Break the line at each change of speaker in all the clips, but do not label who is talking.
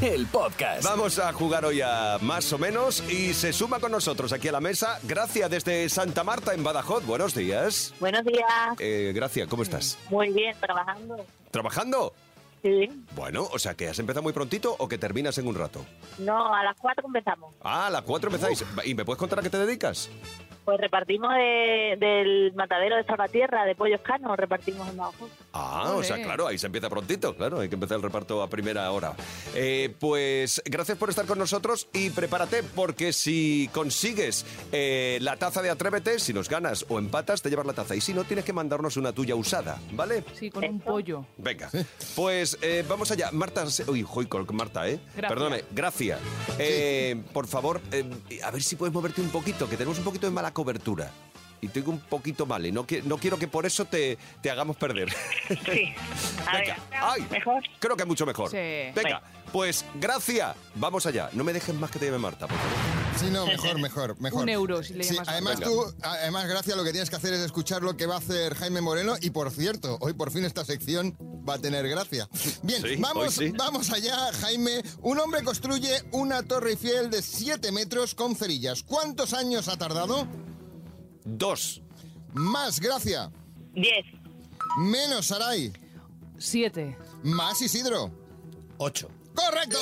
el podcast.
Vamos a jugar hoy a más o menos y se suma con nosotros aquí a la mesa Gracia desde Santa Marta en Badajoz. Buenos días.
Buenos días.
Eh, Gracia, ¿cómo estás?
Muy bien, trabajando.
¿Trabajando?
Sí.
Bueno, o sea, que has empezado muy prontito o que terminas en un rato.
No, a las 4 empezamos.
Ah, a las 4 empezáis. ¿Y me puedes contar a qué te dedicas?
Pues repartimos de- del matadero de Salvatierra, de pollos canos, repartimos en Badajoz.
Ah, o sea,
Ole.
claro, ahí se empieza prontito, claro, hay que empezar el reparto a primera hora. Eh, pues gracias por estar con nosotros y prepárate porque si consigues eh, la taza de Atrévete, si nos ganas o empatas, te llevas la taza y si no, tienes que mandarnos una tuya usada, ¿vale?
Sí, con un pollo.
Venga, pues eh, vamos allá. Marta, se- uy, joy, con Marta, ¿eh?
Gracias.
Perdone, gracias. Eh, Por favor, eh, a ver si puedes moverte un poquito, que tenemos un poquito de mala cobertura. Y tengo un poquito mal, y no, qui- no quiero que por eso te, te hagamos perder.
Sí. A
Venga.
ver,
Ay.
mejor.
Creo que mucho mejor.
Sí.
Venga, pues gracias. Vamos allá. No me dejes más que te lleve Marta, por favor.
Sí, no, mejor, mejor, mejor.
Un euro, si le
Sí,
llamas a
además
Venga.
tú, a- además gracias, lo que tienes que hacer es escuchar lo que va a hacer Jaime Moreno y por cierto, hoy por fin esta sección va a tener gracia. Bien,
Sí,
vamos,
hoy sí.
vamos allá, Jaime. Un hombre construye una torre Eiffel de 7 metros con cerillas. ¿Cuántos años ha tardado?
Dos.
Más gracia,
10.
menos Saray,
Siete.
más Isidro.
8.
¡Correcto!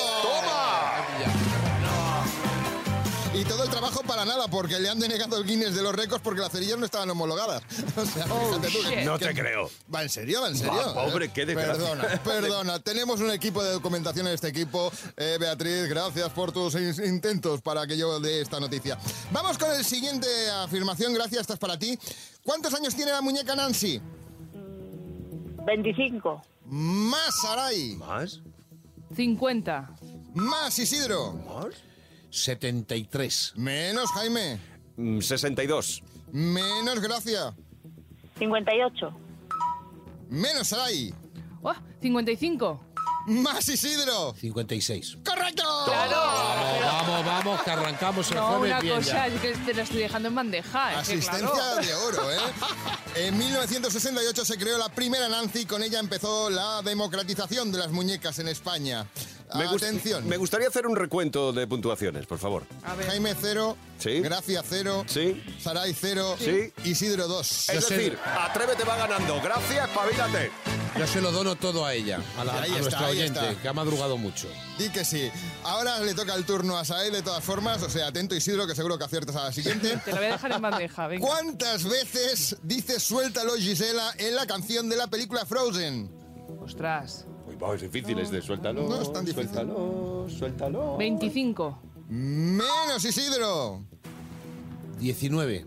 Y todo el trabajo para nada, porque le han denegado el Guinness de los récords porque las cerillas no estaban homologadas. O sea, fíjate tú que-
shit.
No
que-
te creo.
¿Va en serio? ¿Va en serio?
Va, pobre, qué desgracia.
Perdona, perdona. Tenemos un equipo de documentación en este equipo. Eh, Beatriz, gracias por tus in- intentos para que yo dé esta noticia. Vamos con el siguiente afirmación. Gracias, esta es para ti. ¿Cuántos años tiene la muñeca Nancy?
25.
Más Saray,
¿Más?
Cincuenta.
más Isidro,
¿Más?
73.
menos Jaime,
Mm, 62.
menos Gracia,
58.
menos Saray,
Oh, cincuenta y cinco.
más Isidro.
56.
¡Correcto!
Vamos, vamos, vamos, que arrancamos el
No,
jueves
una
bien
cosa,
ya.
es que te la estoy dejando en bandeja. es que
Asistencia
claro.
de oro, ¿eh? En 1968 se creó la primera Nancy y con ella empezó la democratización de las muñecas en España.
Me, gust-
Atención.
me gustaría hacer un recuento de puntuaciones, por favor.
A ver.
Jaime cero,
Sí.
Gracia cero,
Sí.
Saray cero,
Sí. Eh.
Isidro dos.
Es
sé-
decir, atrévete va ganando. Gracias, pavídate.
Yo se lo dono todo a ella, a, la,
Ahí
a
está,
nuestra
ahí
oyente,
está.
que ha madrugado mucho.
Di que sí. Ahora le toca el turno a Saray de todas formas, o sea, atento Isidro que seguro que aciertas a la siguiente.
Te la voy a dejar en bandeja, venga.
¿Cuántas veces dice suéltalo Gisela en la canción de la película Frozen?
Ostras.
Uy, va, es difícil es de suéltalo.
No es tan difícil.
Suéltalo, suéltalo.
25.
Menos Isidro,
19.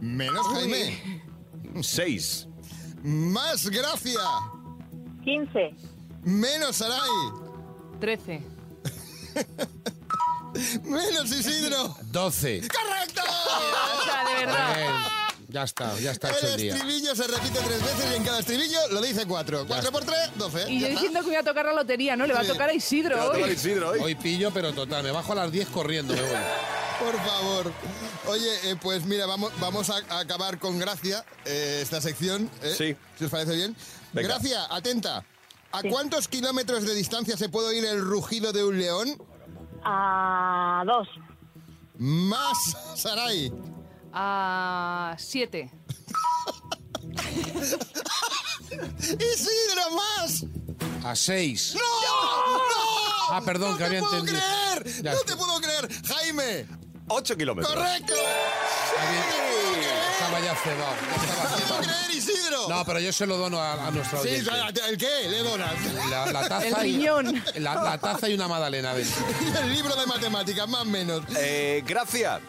menos Jaime.
6.
Más gracia,
15.
menos Saray,
13.
menos Isidro.
12.
¡Correcto!
O sea, de verdad.
Bien, Ya está, ya está hecho el
El
día.
estribillo se repite tres veces y en cada estribillo lo dice cuatro. Cuatro por tres, doce.
Y
Ya
yo
está.
diciendo que me iba a tocar la lotería, ¿no? Le va a
Sí.
tocar a Isidro hoy.
Isidro, hoy.
Hoy pillo, pero total, me bajo a las 10 corriendo, me voy.
Por favor. Oye, eh, pues mira, vamos, vamos a, a acabar con gracia eh, esta sección. ¿eh?
Sí.
Si os parece bien.
Venga.
Gracia, atenta. ¿A cuántos kilómetros de distancia se puede oír el rugido de un león?
A 2.
Más Saray.
A 7.
¡Isidro, más!
A 6.
¡No!
Ah, perdón,
¡No
que había
te puedo
entendido.
creer!
Ya
¡No
está.
te puedo creer! ¡Jaime!
8 kilómetros.
¡Correcto!
Estaba ya cebado. ya
¡No
estaba
te puedo
cebado.
creer, Isidro!
No, pero yo se lo dono a, a nuestra
sí,
oyente.
¿el qué? Le donas.
La, la taza
El
y-
riñón.
La, la taza y una magdalena dentro.
el libro de matemáticas, más o menos.
Eh, gracias.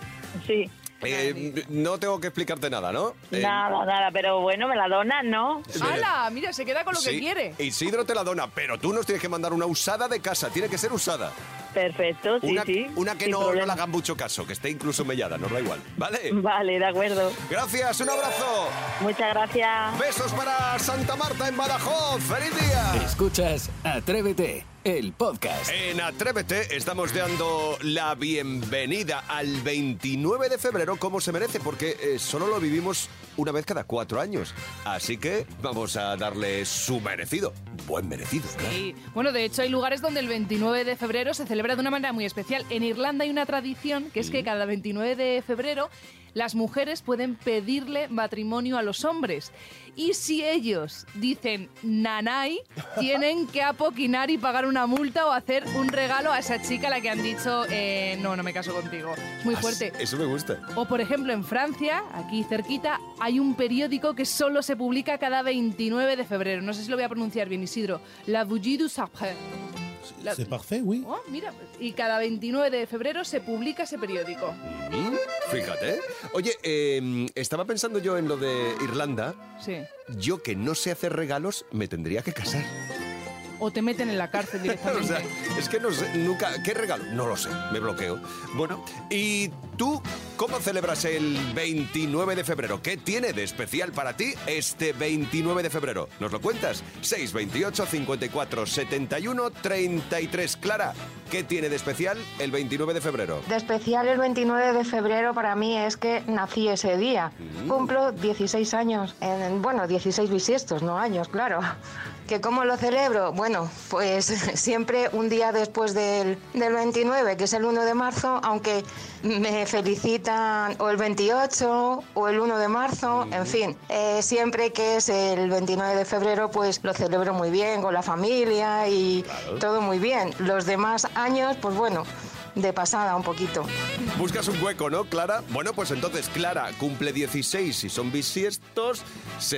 Sí.
Eh, no tengo que explicarte nada, ¿no? Eh,
Nada, nada, pero bueno, me la donan, ¿no?
¡Hala! Mira, se queda con lo
sí.
que quiere.
Isidro te la dona, pero tú nos tienes que mandar una usada de casa. Tiene que ser usada.
Perfecto, sí,
Una,
sí.
una que
sin
no, no le
problema. Mm.
hagan mucho caso, que esté incluso mellada, nos da igual. ¿Vale?
Vale, de acuerdo.
Gracias, un abrazo.
Muchas gracias.
Besos para Santa Marta en Badajoz. ¡Feliz día!
Escuchas Atrévete, el podcast.
En Atrévete estamos dando la bienvenida al 29 de febrero como se merece, porque eh, solo lo vivimos una vez cada cuatro años. Así que vamos a darle su merecido. Buen merecido, claro.
Sí. Bueno, de hecho hay lugares donde el 29 de febrero se celebra de una manera muy especial. En Irlanda hay una tradición que es que cada 29 de febrero las mujeres pueden pedirle matrimonio a los hombres. Y si ellos dicen nanay, tienen que apoquinar y pagar una multa o hacer un regalo a esa chica a la que han dicho eh, no, no me caso contigo. Es
Ah,
muy fuerte.
Eso me gusta.
O, por ejemplo, en Francia, aquí cerquita, hay un periódico que solo se publica cada 29 de febrero. No sé si lo voy a pronunciar bien, Isidro. La Bougie du Sacre. La-
C'est parfait, oui.
Oh, mira. Y cada 29 de febrero se publica ese periódico.
Mm, Fíjate. Oye, eh, estaba pensando yo en lo de Irlanda.
Sí.
Yo que no sé hacer regalos, me tendría que casar.
O te meten en la cárcel
O
directamente.
sea, es que no sé, nunca. ¿Qué regalo? No lo sé, me bloqueo. Bueno, ¿y tú cómo celebras el 29 de febrero? ¿Qué tiene de especial para ti este 29 de febrero? ¿Nos lo cuentas? 628 54 71 33. Clara, ¿qué tiene de especial el 29 de febrero?
De especial el 29 de febrero para mí es que nací ese día. Cumplo 16 años, en, bueno, 16 bisiestos, no años, claro. ¿Que cómo lo celebro? Bueno, pues siempre un día después del, del 29, que es el 1 de marzo, aunque me felicitan o el 28 o el 1 de marzo, en fin. Eh, siempre que es el 29 de febrero, pues lo celebro muy bien con la familia y todo muy bien. Los demás años, pues bueno, de pasada un poquito.
Buscas un hueco, ¿no, Clara? Bueno, pues entonces Clara cumple 16 y son bisiestos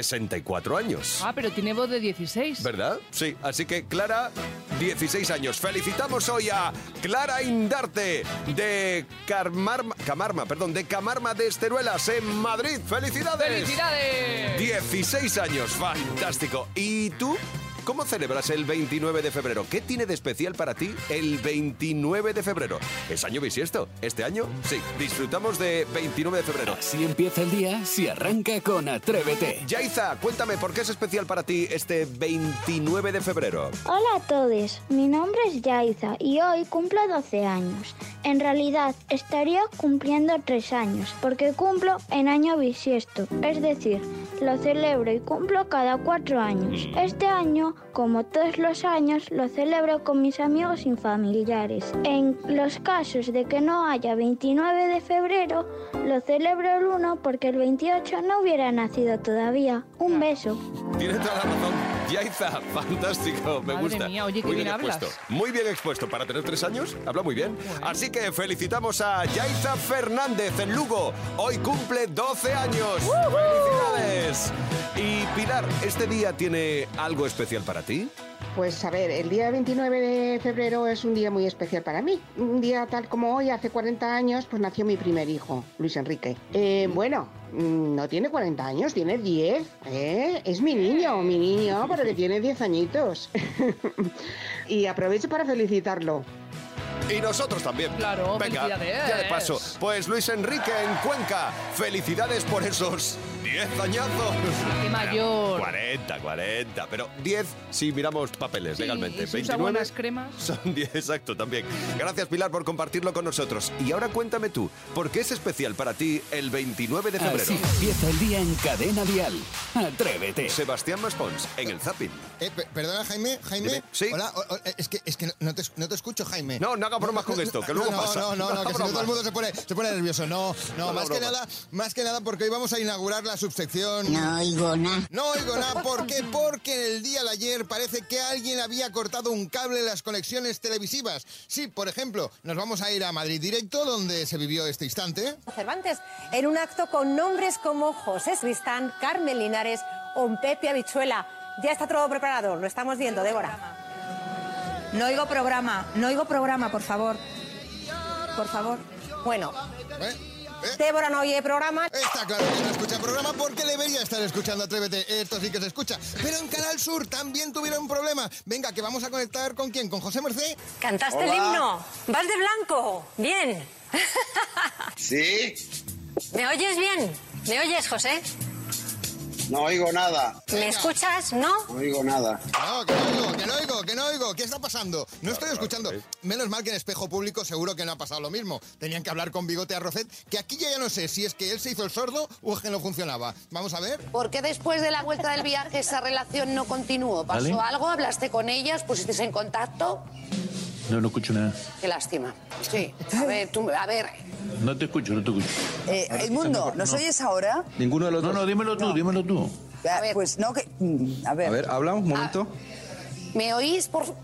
64 años.
Ah, pero tiene voz de 16.
¿Verdad? Sí. Así que Clara, 16 años. Felicitamos hoy a Clara Indarte de Carmarma, Camarma, perdón, de Camarma de Esteruelas en Madrid. ¡Felicidades!
¡Felicidades!
16 años, fantástico. ¿Y tú? ¿Cómo celebras el 29 de febrero? ¿Qué tiene de especial para ti el 29 de febrero? ¿Es año bisiesto? ¿Este año? Sí, disfrutamos de 29 de febrero.
Así empieza el día si arranca con Atrévete.
Yaiza, cuéntame, ¿por qué es especial para ti este 29 de febrero?
Hola a todos, mi nombre es Yaiza y hoy cumplo 12 años. En realidad estaría cumpliendo 3 años porque cumplo en año bisiesto, es decir, lo celebro y cumplo cada 4 años. Este año, como todos los años, lo celebro con mis amigos y familiares. En los casos de que no haya 29 de febrero, lo celebro el 1 porque el 28 no hubiera nacido todavía. Un beso.
Tienes toda la razón. Yaiza, fantástico, me
Madre
gusta.
mía, oye, qué bien hablas.
expuesto. Muy bien expuesto. Para tener tres años, habla muy bien. Así que felicitamos a Yaiza Fernández en Lugo. Hoy cumple 12 años. ¡Felicidades! Y Pilar, ¿este día tiene algo especial para ti?
Pues a ver, el día 29 de febrero es un día muy especial para mí. Un día tal como hoy, hace 40 años, pues nació mi primer hijo, Luis Enrique. Eh, bueno, mm, no tiene 40 años, tiene 10. ¿eh? Es mi niño, mi niño, pero que tiene 10 añitos. y aprovecho para felicitarlo.
Y nosotros también.
Claro,
Venga,
felicidades.
ya de paso. Pues Luis Enrique en Cuenca. Felicidades por esos 10 añazos.
Qué mayor.
40, 40. Pero 10 si miramos papeles
Sí,
legalmente.
y si usa buenas cremas.
Son 10, exacto, también. Gracias, Pilar, por compartirlo con nosotros. Y ahora cuéntame tú, ¿por qué es especial para ti el 29
Ah,
de febrero?
Así empieza el día en cadena vial. Atrévete.
Sebastián Maspons en el Zapping.
Eh, pe- perdona, Jaime, Jaime.
Dime. Sí.
Hola, o- o- es que, es que no, te, no te escucho, Jaime.
No, no haga bromas con esto, que luego
no,
pasa.
No, no,
No
no, que
haga
si no todo
bromas.
el mundo se pone, se pone nervioso. No, no,
No haga
más que
bromas.
nada, más que nada porque hoy vamos a inaugurar la subsección.
No oigo nada.
No oigo nada, ¿por qué? Porque en el día de ayer parece que alguien había cortado un cable en las conexiones televisivas. Sí, por ejemplo, nos vamos a ir a Madrid Directo, donde se vivió este instante.
Cervantes, en un acto con nombres como José Suistán, Carmen Linares o Pepe Habichuela. Ya está todo preparado, lo estamos viendo, Débora. No oigo programa, no oigo programa, por favor. Por favor. Bueno,
¿eh?
Débora no oye programa.
Está claro que no escucha programa porque debería estar escuchando Atrévete. Esto sí que se escucha. Pero en Canal Sur también tuvieron un problema. Venga, que vamos a conectar con quién, con José Mercé.
¿Cantaste
Hola.
el himno? ¿Vas de blanco? Bien.
¿Sí?
¿Me oyes bien? ¿Me oyes, José?
No oigo nada.
¿Me escuchas? ¿No?
No oigo nada.
No, que no oigo, que no oigo, que no oigo. ¿Qué está pasando? No estoy escuchando. Menos mal que en espejo público seguro que no ha pasado lo mismo. Tenían que hablar con Bigote Arrocet, que aquí yo ya no sé si es que él se hizo el sordo o es que no funcionaba. Vamos a ver.
¿Por qué después de la vuelta del viaje esa relación no continuó? ¿Pasó
¿Vale?
algo? ¿Hablaste con ellas? ¿Pusisteis en contacto?
No, no escucho nada.
Qué lástima. Sí. A ver, Eh, tú, a ver.
No te escucho, no te escucho.
Eh, Edmundo, ¿nos oyes ahora?
Ninguno de los No, no, dímelo tú, dímelo tú.
Ah, Pues no, que. mm, A ver.
A ver, habla un
Ah,
momento.
¿Me oís? Por...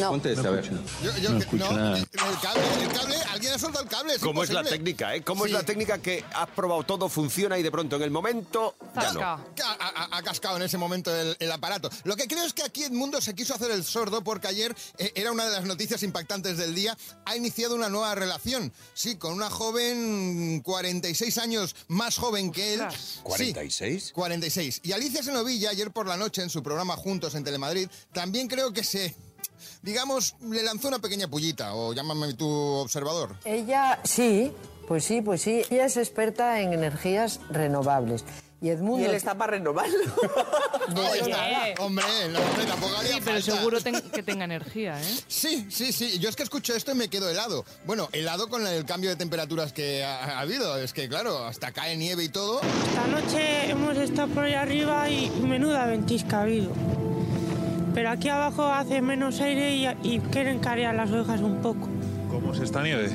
No.
Ponte este, a ver.
no
escucho nada.
El cable, el cable, alguien ha soltado el cable.
¿Cómo es la
imposible.
técnica, eh? ¿Cómo
Sí.
es la técnica que has probado todo, funciona y de pronto en el momento ya no?
Ca- Ha, ha- ha cascado en ese momento el, el aparato. Lo que creo es que aquí Edmundo se quiso hacer el sordo porque ayer eh, era una de las noticias impactantes del día. Ha iniciado una nueva relación. Sí, con una joven 46 años más joven que él. Sí,
¿46?
46. Y Alicia Senovilla, ayer por la noche en su programa Juntos en Telemadrid, también creo que se, digamos, le lanzó una pequeña pullita, o llámame tu observador.
Eh,
Ah,
Ella, sí, pues sí, pues sí. Ella es experta en energías renovables. Y Edmundo...
Y él está
para renovarlo.
Hombre, no, hombre, tampoco haría
Sí, pero
falta.
seguro ten- que tenga energía, ¿eh?
Sí, sí, sí. Yo es que escucho esto y me quedo helado. Bueno, helado con el cambio de temperaturas que ha, ha habido. Es que, claro, hasta cae nieve y todo.
Esta noche hemos estado por ahí arriba y menuda ventisca ha habido. Pero aquí abajo hace menos aire y, y quieren carear las ovejas un poco.
¿Cómo es esta nieve?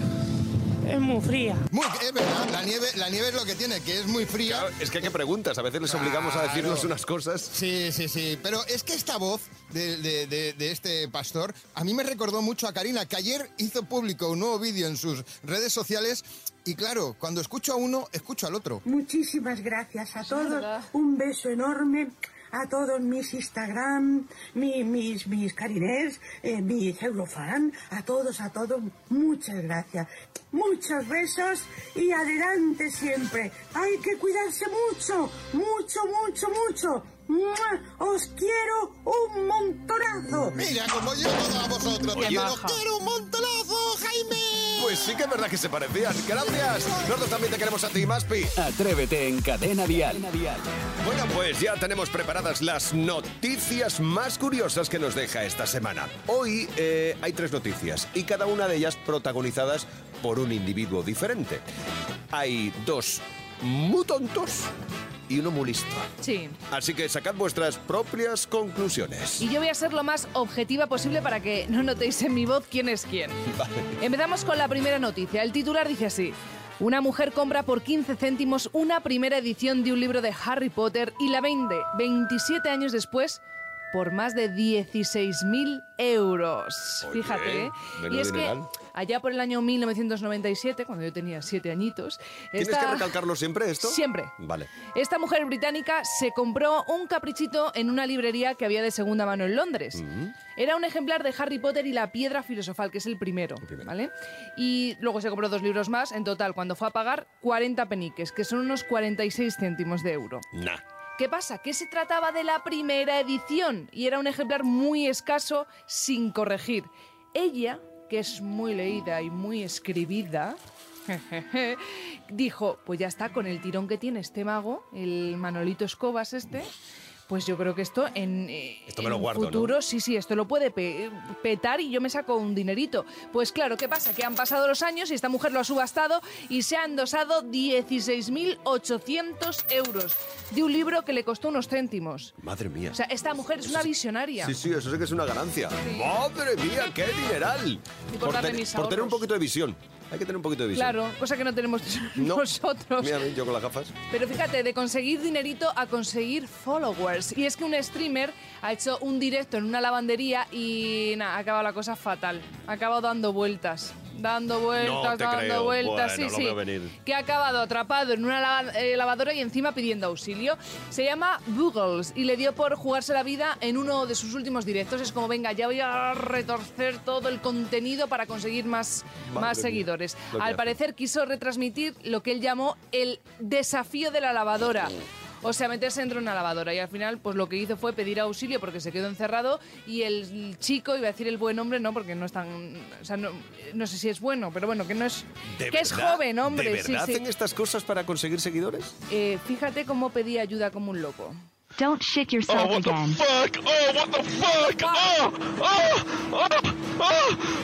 Es muy fría.
Muy, es verdad, la nieve, la nieve es lo que tiene, que es muy fría.
Claro, es que qué preguntas, a veces les obligamos a decirnos
Claro.
unas cosas.
Sí, sí, sí. Pero es que esta voz de, de- de- de este pastor a mí me recordó mucho a Karina, que ayer hizo público un nuevo vídeo en sus redes sociales. Y claro, cuando escucho a uno, escucho al otro.
Muchísimas gracias a todos. Un beso enorme a todos mis Instagram, mi- mis, mis carinés, eh, mis eurofan, a todos, a todos. Muchas gracias. Muchos besos y adelante siempre. Hay que cuidarse mucho, mucho, mucho, mucho. ¡Mua! Os quiero un montonazo.
Mira, como yo todos a vosotros.
Qué
Yo
maja.
los quiero un montonazo, Jaime.
Pues sí que es verdad que se parecían. Gracias. Nosotros también te queremos a ti, Maspi.
Atrévete en Cadena Dial.
Bueno, pues ya tenemos preparadas las noticias más curiosas que nos deja esta semana. Hoy eh, hay tres noticias y cada una de ellas protagonizadas por un individuo diferente. Hay dos muy tontos y uno muy listo.
Sí.
Así que sacad vuestras propias conclusiones.
Y yo voy a ser lo más objetiva posible para que no notéis en mi voz quién es quién. Empezamos con la primera noticia. El titular dice así. Una mujer compra por 15 céntimos una primera edición de un libro de Harry Potter y la vende 27 años después por más de 16.000 euros. Fíjate, ¿eh?
menudo
Y es que
dineral.
allá por el año 1997, cuando yo tenía 7 añitos...
¿Tienes
esta-
que recalcarlo siempre esto?
Siempre.
Vale.
Esta mujer británica se compró un caprichito en una librería que había de segunda mano en Londres. Era un ejemplar de Harry Potter y la piedra filosofal, que es el primero, ¿vale? Y luego se compró dos libros más, en total, cuando fue a pagar, 40 peniques, que son unos 46 céntimos de euro.
Nah.
¿Qué pasa? Que se trataba de la primera edición y era un ejemplar muy escaso sin corregir. Ella, que es muy leída y muy escribida, dijo, pues ya está, con el tirón que tiene este mago, el Manolito Escobas este, pues yo creo que esto en, eh,
Esto me lo
en
guardo, ¿no?
futuro, sí, sí, esto lo puede pe- petar y yo me saco un dinerito. Pues claro, ¿qué pasa? Que han pasado los años y esta mujer lo ha subastado y se ha endosado 16.800 euros de un libro que le costó unos céntimos.
Madre mía.
O sea, esta mujer es una visionaria.
Sí, sí, eso sí que es una ganancia. ¡Madre mía, qué dineral!
Y por darle
ten-
mis
por tener un
ahorros.
poquito de visión. Hay que tener un poquito de visión.
Claro, cosa que no tenemos
No.
nosotros.
Mírame, yo con las gafas.
Pero fíjate, de conseguir dinerito a conseguir followers. Y es que un streamer ha hecho un directo en una lavandería y nada, ha acabado la cosa fatal. Ha acabado dando vueltas. dando vueltas,
No te
dando
creo. Bueno,
vueltas, sí,
lo
sí,
veo venir.
que ha acabado atrapado en una lava- eh, lavadora y encima pidiendo auxilio. Se llama Boogles y le dio por jugarse la vida en uno de sus últimos directos. Es como, venga, ya voy a retorcer todo el contenido para conseguir más,
Madre
más
mía,
seguidores.
lo que
Al
hace.
parecer quiso retransmitir lo que él llamó el desafío de la lavadora. O sea, meterse dentro de una lavadora y al final pues lo que hizo fue pedir auxilio porque se quedó encerrado y el chico, iba a decir el buen hombre, no, porque no es tan... O sea, no, no sé si es bueno, pero bueno, que no es...
¿De
que es
verdad?
joven, hombre.
¿De verdad
sí, sí.
hacen estas cosas para conseguir seguidores?
Eh, fíjate cómo pedí ayuda como un loco.
Don't shit
yourself what the again.
fuck? Oh, what the fuck? Oh, oh, oh, oh,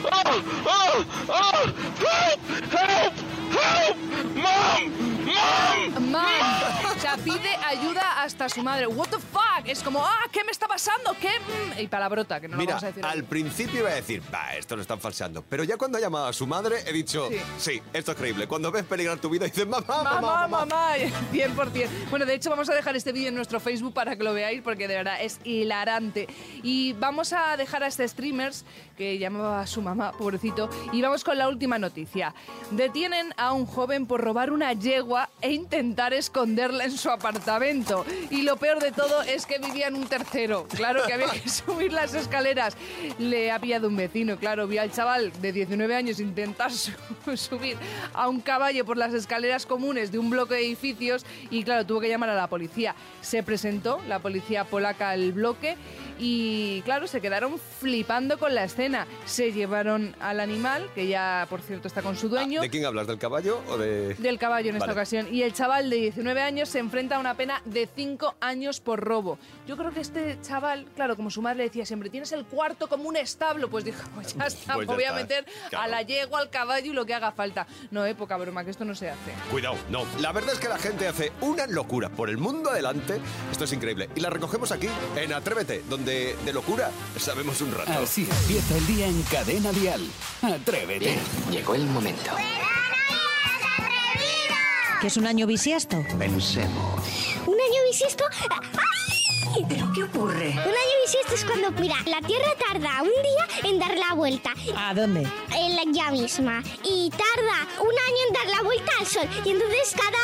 oh, oh, oh, help, help, help, mom, mom.
Mam, o sea, pide ayuda hasta su madre. What the fuck? Es como, ah, ¿qué me está pasando? ¿Qué? Mm, Y palabrota, que no lo
Mira,
vamos a decir.
al principio iba a decir, va, esto lo están falseando. Pero ya cuando ha llamado a su madre, he dicho, sí,
Sí.
esto es creíble. Cuando ves peligrar tu vida, dices, mamá, mamá,
Mamá,
mamá.
mamá, 100%. Bueno, de hecho vamos a dejar este vídeo en nuestro Facebook para que lo veáis porque de verdad es hilarante. Y vamos a dejar a este streamers que llamaba a su mamá, pobrecito, y vamos con la última noticia. Detienen a un joven por robar una yegua e intentar esconderla en su apartamento. Y lo peor de todo es que vivía en un tercero. Claro que había que subir las escaleras. Le ha pillado un vecino, claro, vio al chaval de 19 años intentar su- subir a un caballo por las escaleras comunes de un bloque de edificios y claro, tuvo que llamar a la policía. Se presentó la policía polaca al bloque y claro, se quedaron flipando con la escena. Se llevaron al animal, que ya por cierto está con su dueño.
Ah, ¿De quién hablas? ¿Del caballo o de...?
Del caballo en esta
Vale.
ocasión. Y el chaval de 19 años se enfrenta a una pena de 5 años por robo. Yo creo que este chaval, claro, como su madre le decía siempre, tienes el cuarto como un establo, pues dijo, pues ya está,
Pues ya
me voy
está,
a meter
claro.
a la yegua, al caballo y lo que haga falta. No, eh, poca broma, que esto no se hace.
Cuidado, no. La verdad es que la gente hace una locura por el mundo adelante. Esto es increíble. Y la recogemos aquí, en Atrévete, donde de locura sabemos un rato.
Así empieza el día en Cadena Dial. Atrévete. llegó el momento.
¿Qué es un año bisiesto?
Pensemos.
¿Un año bisiesto? ¡Ay! ¿Pero qué ocurre?
Un año bisiesto es cuando, mira, la Tierra tarda un día en dar la vuelta.
¿A dónde?
En la ya misma. Y tarda un año en dar la vuelta al Sol. Y entonces cada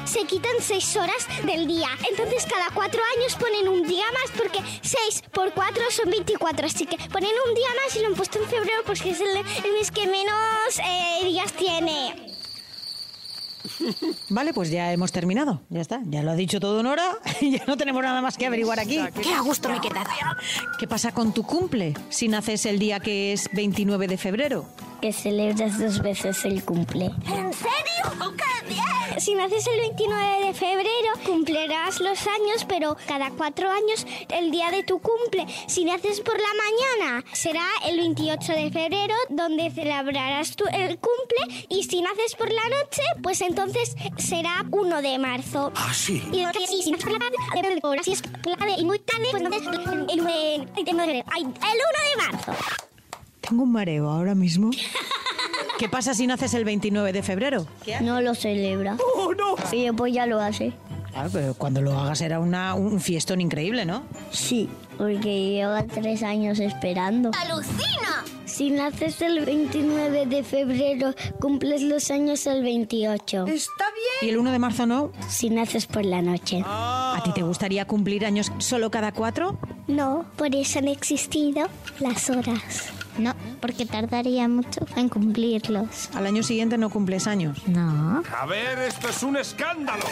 año se quitan seis horas del día. Entonces cada cuatro años ponen un día más porque seis por cuatro son 24. Así que ponen un día más y lo han puesto en febrero porque es el, el mes que menos eh, días tiene.
Vale, pues ya hemos terminado. Ya está. Ya lo ha dicho todo Nora. ya no tenemos nada más que averiguar aquí.
Qué a gusto me he quedado.
¿Qué pasa con tu cumple si naces el día que es 29 de febrero?
Que celebras dos veces el cumple. ¿En serio? ¡Oh, ¡Qué bien! Si naces el 29 de febrero, cumplirás los años, pero cada cuatro años el día de tu cumple. Si naces por la mañana, será el 28 de febrero, donde celebrarás tu, el cumple. Y si naces por la noche, pues entonces será 1 de marzo.
Ah, sí.
Y lo que sí, si naces por la tarde, ahora si es tarde y muy tarde, pues entonces el 1 de marzo.
Tengo un mareo ahora mismo. ¿Qué pasa si naces el 29 de febrero?
No lo celebra. ¡Oh, no! Y después ya lo hace.
Claro, pero cuando lo hagas será una- un fiestón increíble, ¿no?
Sí, porque lleva tres años esperando. ¡Alucina! Si naces el 29 de febrero, cumples los años el 28. ¡Está bien!
¿Y el 1 de marzo no?
Si naces por la noche.
¿A ti te gustaría cumplir años solo cada cuatro?
No, por eso han existido las horas. No, porque tardaría mucho en cumplirlos.
¿Al año siguiente no cumples años?
No.
A ver, esto es un escándalo.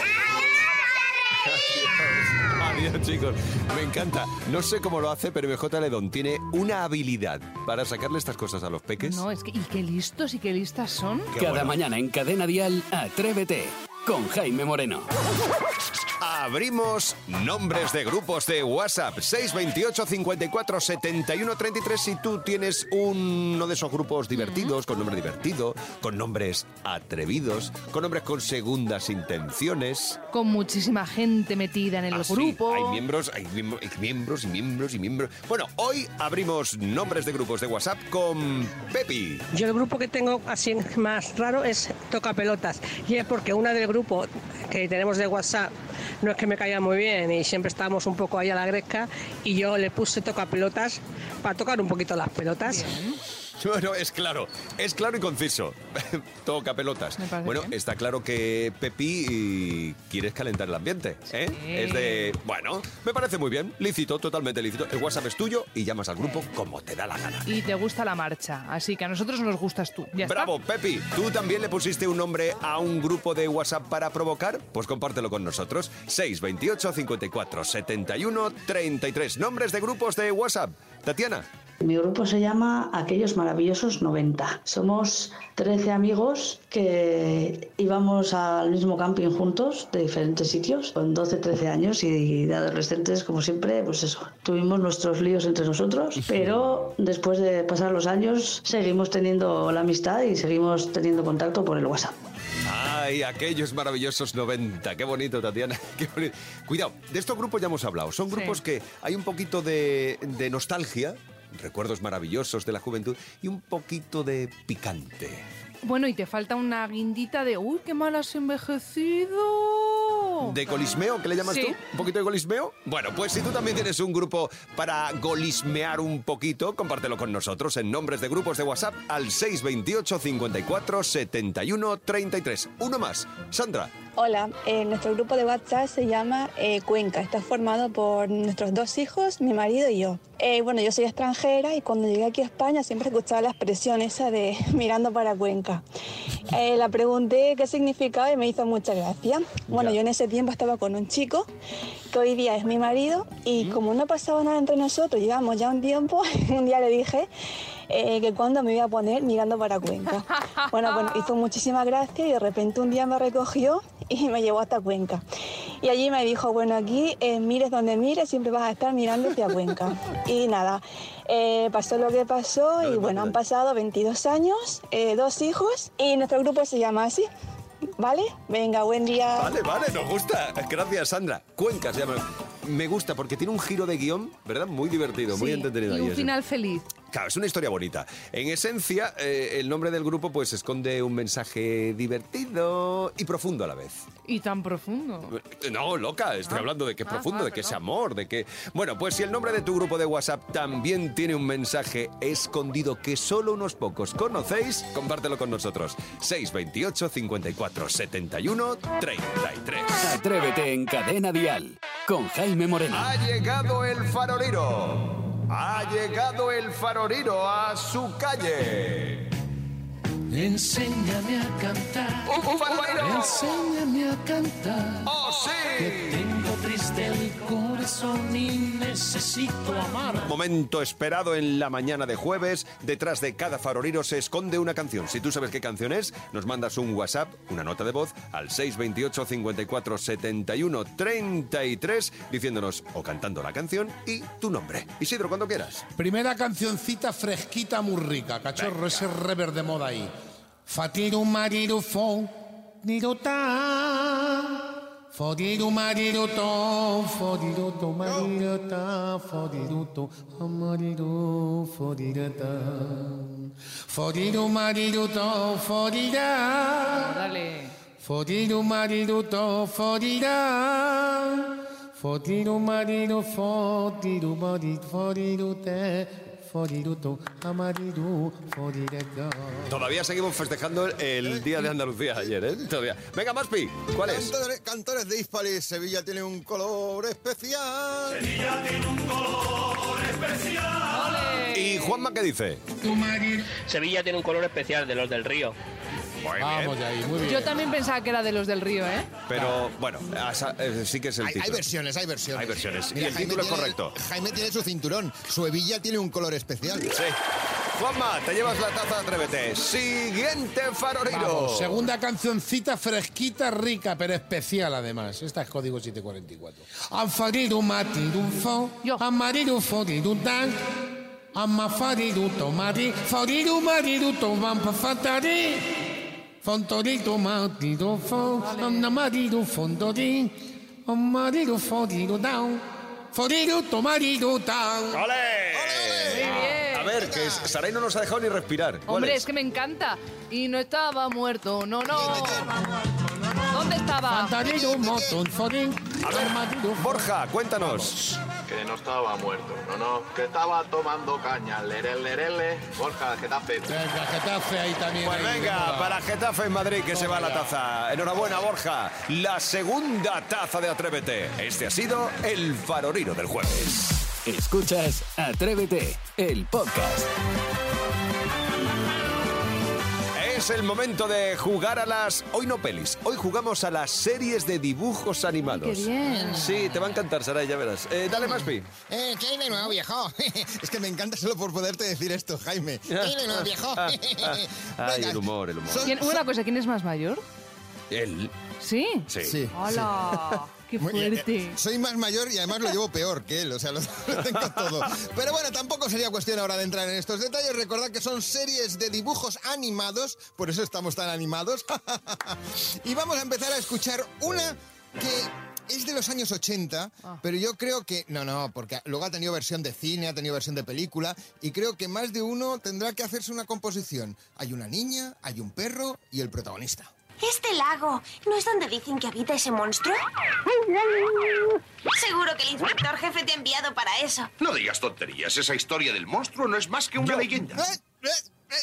Adiós, chicos. Me encanta. No sé cómo lo hace, pero MJ Ledón tiene una habilidad para sacarle estas cosas a los peques.
No, es que, y qué listos y qué listas son.
Cada mañana en Cadena Dial, Atrévete con Jaime Moreno.
Abrimos nombres de grupos de WhatsApp 628 54 71 33 si tú tienes uno de esos grupos divertidos con nombre divertido, con nombres atrevidos, con nombres con segundas intenciones.
Con muchísima gente metida en el
Ah, sí,
grupo.
hay miembros, hay miembro- hay miembros y miembros y miembros. Bueno, hoy abrimos nombres de grupos de WhatsApp con Pepi.
Yo el grupo que tengo así más raro es Toca Pelotas. Y es porque una del grupo que tenemos de WhatsApp no es que me caiga muy bien y siempre estábamos un poco ahí a la gresca y yo le puse Toca Pelotas para tocar un poquito las pelotas.
Bueno, es claro, es claro y conciso. Toca pelotas.
Me parece
Bueno,
bien.
está claro que Pepi y quieres calentar el ambiente. ¿eh? Es de. Bueno, me parece muy bien, lícito, totalmente lícito. El WhatsApp es tuyo y llamas al grupo como te da la gana.
Y te gusta la marcha, así que a nosotros nos gustas tú. Ya
Bravo, Pepi. ¿Tú también le pusiste un nombre a un grupo de WhatsApp para provocar? Pues compártelo con nosotros. 628 54 71 33. Nombres de grupos de WhatsApp. Tatiana.
Mi grupo se llama Aquellos Maravillosos 90. Somos 13 amigos que íbamos al mismo camping juntos de diferentes sitios, con 12, 13 años y de adolescentes, como siempre, pues eso. Tuvimos nuestros líos entre nosotros, pero después de pasar los años seguimos teniendo la amistad y seguimos teniendo contacto por el WhatsApp.
Ay, aquellos maravillosos 90. Qué bonito, Tatiana. Qué bonito. Cuidado, de estos grupos ya hemos hablado. Son grupos que hay un poquito de, de nostalgia, recuerdos maravillosos de la juventud y un poquito de picante.
Bueno, y te falta una guindita de, uy, qué mal has envejecido.
¿De colismeo? ¿Qué le llamas
Sí.
tú? ¿Un poquito de golismeo? Bueno, pues si tú también tienes un grupo para golismear un poquito, compártelo con nosotros en nombres de grupos de WhatsApp al 628 54 71 33. Uno más. Sandra.
Hola, eh, nuestro grupo de WhatsApp se llama eh, Cuenca. Está formado por nuestros dos hijos, mi marido y yo. Eh, bueno, yo soy extranjera y cuando llegué aquí a España siempre escuchaba la expresión esa de mirando para Cuenca. Eh, la pregunté qué significaba y me hizo mucha gracia. Bueno, yo en ese tiempo estaba con un chico que hoy día es mi marido y como no pasaba nada entre nosotros, llevamos ya un tiempo, un día le dije eh, que cuando me iba a poner mirando para Cuenca. Bueno, bueno, hizo muchísima gracia y de repente un día me recogió y me llevó hasta Cuenca. Y allí me dijo, bueno, aquí eh, mires donde mires, siempre vas a estar mirando hacia Cuenca. Y nada, eh, pasó lo que pasó y bueno, han pasado 22 años, eh, dos hijos y nuestro grupo se llama así. ¿Vale? Venga, buen día.
Vale, vale, nos gusta. Gracias, Sandra. Cuenca se llama. Me gusta porque tiene un giro de guión, ¿verdad? Muy divertido, muy
Sí,
entretenido.
Y
ahí
un
eso.
final feliz.
Claro, es una historia bonita. En esencia, eh, el nombre del grupo pues esconde un mensaje divertido y profundo a la vez.
Y tan profundo.
No, loca, estoy hablando de que
ah,
profundo,
ah,
de que es amor, de que... Bueno, pues si el nombre de tu grupo de WhatsApp también tiene un mensaje escondido que solo unos pocos conocéis, compártelo con nosotros. 628 54 71 33.
Atrévete en Cadena Dial con Jaime Moreno.
Ha llegado el faroliro. Ha llegado el faroliro a su calle.
Enséñame a cantar. Enséñame a cantar. ¡Oh, sí! Que tengo triste el corazón y necesito amar.
Momento esperado en la mañana de jueves. Detrás de cada faroliro se esconde una canción. Si tú sabes qué canción es, nos mandas un WhatsApp, una nota de voz al 628 54 71 33 diciéndonos o cantando la canción y tu nombre. Isidro, cuando quieras.
Primera cancioncita fresquita, muy rica. Cachorro, ese rever de moda ahí. Fatiru mariru fo, niru ta. Foriru mariru to, foriru to mariru ta, foriru to amariru foriru ta. Foriru mariru to, forira.
Dale.
Foriru mariru to, forira. Foriru mariru foriru mari foriru te foriru to amariru forireta.
Todavía seguimos festejando el Día de Andalucía ayer, ¿eh? Todavía. Venga, Maspi, ¿cuál es?
Cantores, cantores de Hispalis, Sevilla tiene un color especial.
Sevilla tiene un color especial.
¿Y Juanma qué dice?
Sevilla tiene un color especial de los del río.
Vamos de ahí, muy bien.
Yo también pensaba que era de los del río, ¿eh?
Pero bueno, asa- eh, sí que es el
Hay, hay
título.
versiones, hay versiones.
Hay versiones. y
Mira,
el
Jaime
título es
tiene-
correcto.
Jaime tiene su cinturón. Su hebilla tiene un color especial.
Sí. Juanma, te llevas la taza de Atrévete. Siguiente faroliro.
Vamos, segunda cancioncita fresquita, rica, pero especial además. Esta es código 744. Anfariru matiru fo, amariru foriru tan. Amma fariru tomari, foriru mariru toman pafatari. Fontorito matiru fo, anna mariru fondori. Amariru foriru down, foriru tomariru tan.
Ah.
A ver, que es- Saray no nos ha dejado ni respirar. ¿Cuál
Hombre, es?
es?
que me encanta. Y no estaba muerto, no, no. ¿Dónde estaba?
Fantariru motun forin,
A ver, Borja, cuéntanos.
que no estaba muerto, no, no, que estaba tomando caña, lere, lere, lere, Borja, Getafe.
Venga, Getafe ahí también.
Pues
ahí,
venga,
mola.
para Getafe en Madrid que se va la taza. Enhorabuena, Borja. La segunda taza de Atrévete. Este ha sido el faroriro del jueves.
Escuchas Atrévete, el podcast.
Es el momento de jugar a las... Hoy no pelis, hoy jugamos a las series de dibujos animados.
qué bien.
Sí, te va a encantar, Saray, ya verás. Eh, dale, Maspi.
Eh, ¿Qué hay de nuevo, viejo? es que me encanta solo por poderte decir esto, Jaime. ¿Qué hay de nuevo, viejo?
Ay, el humor, el humor.
¿Quién- una cosa, ¿quién es más mayor?
Él.
¿Sí?
Sí.
¡Hola! ¡Qué
Muy bien.
fuerte!
Soy más mayor y además lo llevo peor que él, o sea, lo, lo tengo todo. Pero bueno, tampoco sería cuestión ahora de entrar en estos detalles. Recordad que son series de dibujos animados, por eso estamos tan animados. y vamos a empezar a escuchar una que es de los años 80,
Ah.
pero yo creo que... No, no, porque luego ha tenido versión de cine, ha tenido versión de película, y creo que más de uno tendrá que hacerse una composición. Hay una niña, hay un perro y el protagonista.
Este lago, ¿no es donde dicen que habita ese monstruo? Seguro que el inspector jefe te ha enviado para eso.
No digas tonterías, esa historia del monstruo no es más que una leyenda.
Ah.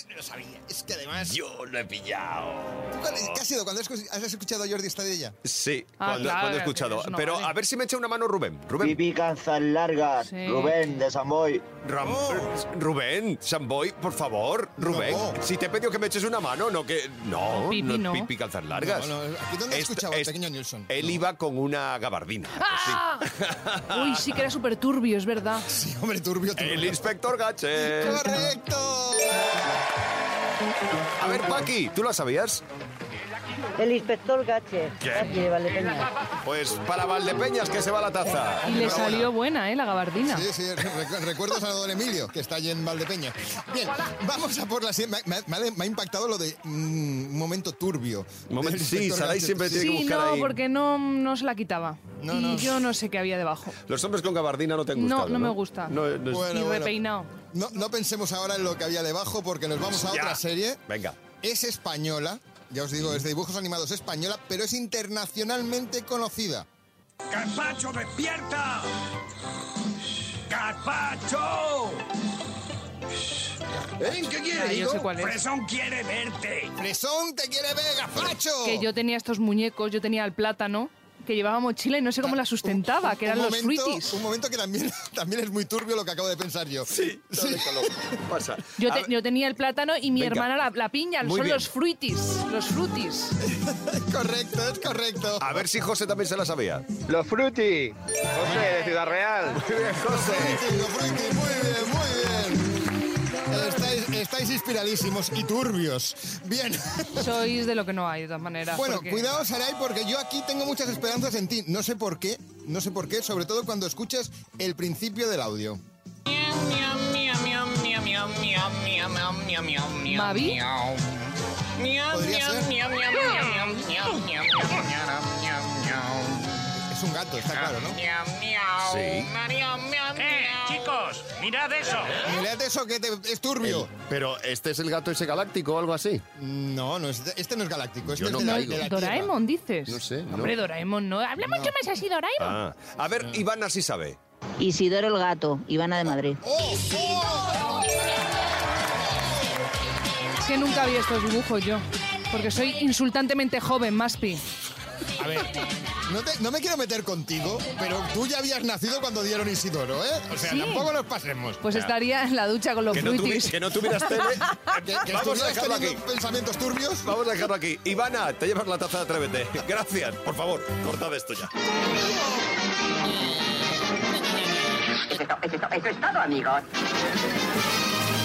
Eh, Lo sabía, es que además...
Yo lo he pillado.
¿Cuál es- ¿Qué ha sido? ¿Cuándo has escu- has escuchado a Jordi Estadella?
Sí,
Ah,
cuando,
claro,
cuando he
es que
escuchado.
eso no
Pero
vale.
a ver si me echa una mano Rubén. Rubén.
Viví canzas largas,
Sí.
Rubén de Samboy.
Ram-
Oh.
Rubén, Samboy, por favor, Rubén. Si te he pedido que me eches una mano, no que. No,
Pipi,
no, es
no.
pipi calzas largas.
No, no, ¿aquí dónde he
Est-
escuchado al
est-
pequeño Nilsson?
Él iba con una gabardina.
¡Ah! Uy, sí que era súper turbio, es verdad.
Sí, hombre, turbio,
El inspector Gache.
¡Correcto!
A ver, Paqui, ¿tú lo sabías?
El inspector Gache.
¿Qué?
Aquí de Valdepeñas.
Pues para Valdepeñas que se va la taza.
Y le salió buena, ¿eh? La gabardina.
Sí, sí, recu- recuerdos a don Emilio, que está allí en Valdepeña. Bien, vamos a por la... si- Me, me- me ha de- me ha impactado lo de mm, un momento turbio.
Momento-
del
sí,
inspector
Sarai
Gadget.
siempre tiene que
Sí, no, porque no, no se la quitaba.
No,
y
no.
yo no sé qué había debajo.
Los hombres con gabardina no te han
No,
gustado.
no me gusta.
No, no es-
Ni repeinado.
No, no pensemos ahora en lo que había debajo, porque nos vamos a
Ya.
otra serie.
Venga.
Es española, ya os digo, es de dibujos animados española, pero es internacionalmente conocida.
¡Carpacho, despierta! ¡Carpacho!
¿Eh? ¿Qué quiere,
Ah, yo hijo? sé cuál es.
Fresón quiere verte.
¡Fresón te quiere ver, gafacho!
Que yo tenía estos muñecos, yo tenía el plátano, que llevaba mochila y no sé cómo la sustentaba, que eran
Ah, un
los
momento,
fruitis.
Un momento que también, también es muy turbio lo que acabo de pensar yo. Sí,
Pasa.
Yo, te- yo tenía el plátano y mi
Venga.
hermana la, la piña,
Muy
son
bien.
los fruitis, los frutis.
correcto, es correcto.
A ver si José también se la sabía.
Los Fruity. José, de Ciudad Real.
Muy bien, José.
Estáis, estáis inspiradísimos y turbios. Bien.
Sois de lo que no hay, de todas maneras.
Bueno,
porque-
cuidado, Saray, porque yo aquí tengo muchas esperanzas en ti. No sé por qué, no sé por qué, sobre todo cuando escuchas el principio del audio.
¿Mavi?
Podría ser.
Sí.
Es un gato, está claro, ¿no?
¡Eh, chicos! ¡Mirad eso!
Mirad eso que te- es turbio.
Pero este es Ah. el gato ese galáctico o algo así.
No, no es- este no es galáctico. Este
Yo
es
no
de la,
caigo.
de la Tierra.
Doraemon, dices.
No sé, no.
Hombre, Doraemon, no. Hablamos que más así, Doraemon.
Ah. A ver, Iván así sabe.
Isidoro el gato, Ivana de Madrid.
Ah.
Es que nunca vi estos dibujos yo. Porque soy insultantemente joven, Maspi.
A ver, no, te- no me quiero meter contigo, pero tú ya habías nacido cuando dieron Isidoro, ¿eh? O sea,
Sí.
tampoco nos pasemos.
Pues estaría en la ducha con los
Que no, tuvi-
frutis.
que no tuvieras tele.
Que- que
Vamos a
estuvieras
dejarlo aquí.
teniendo pensamientos turbios.
Vamos a dejarlo aquí. Ivana, te llevas la taza de Atrévete. Gracias. Por favor, cortad esto ya.
Eso es todo, amigos.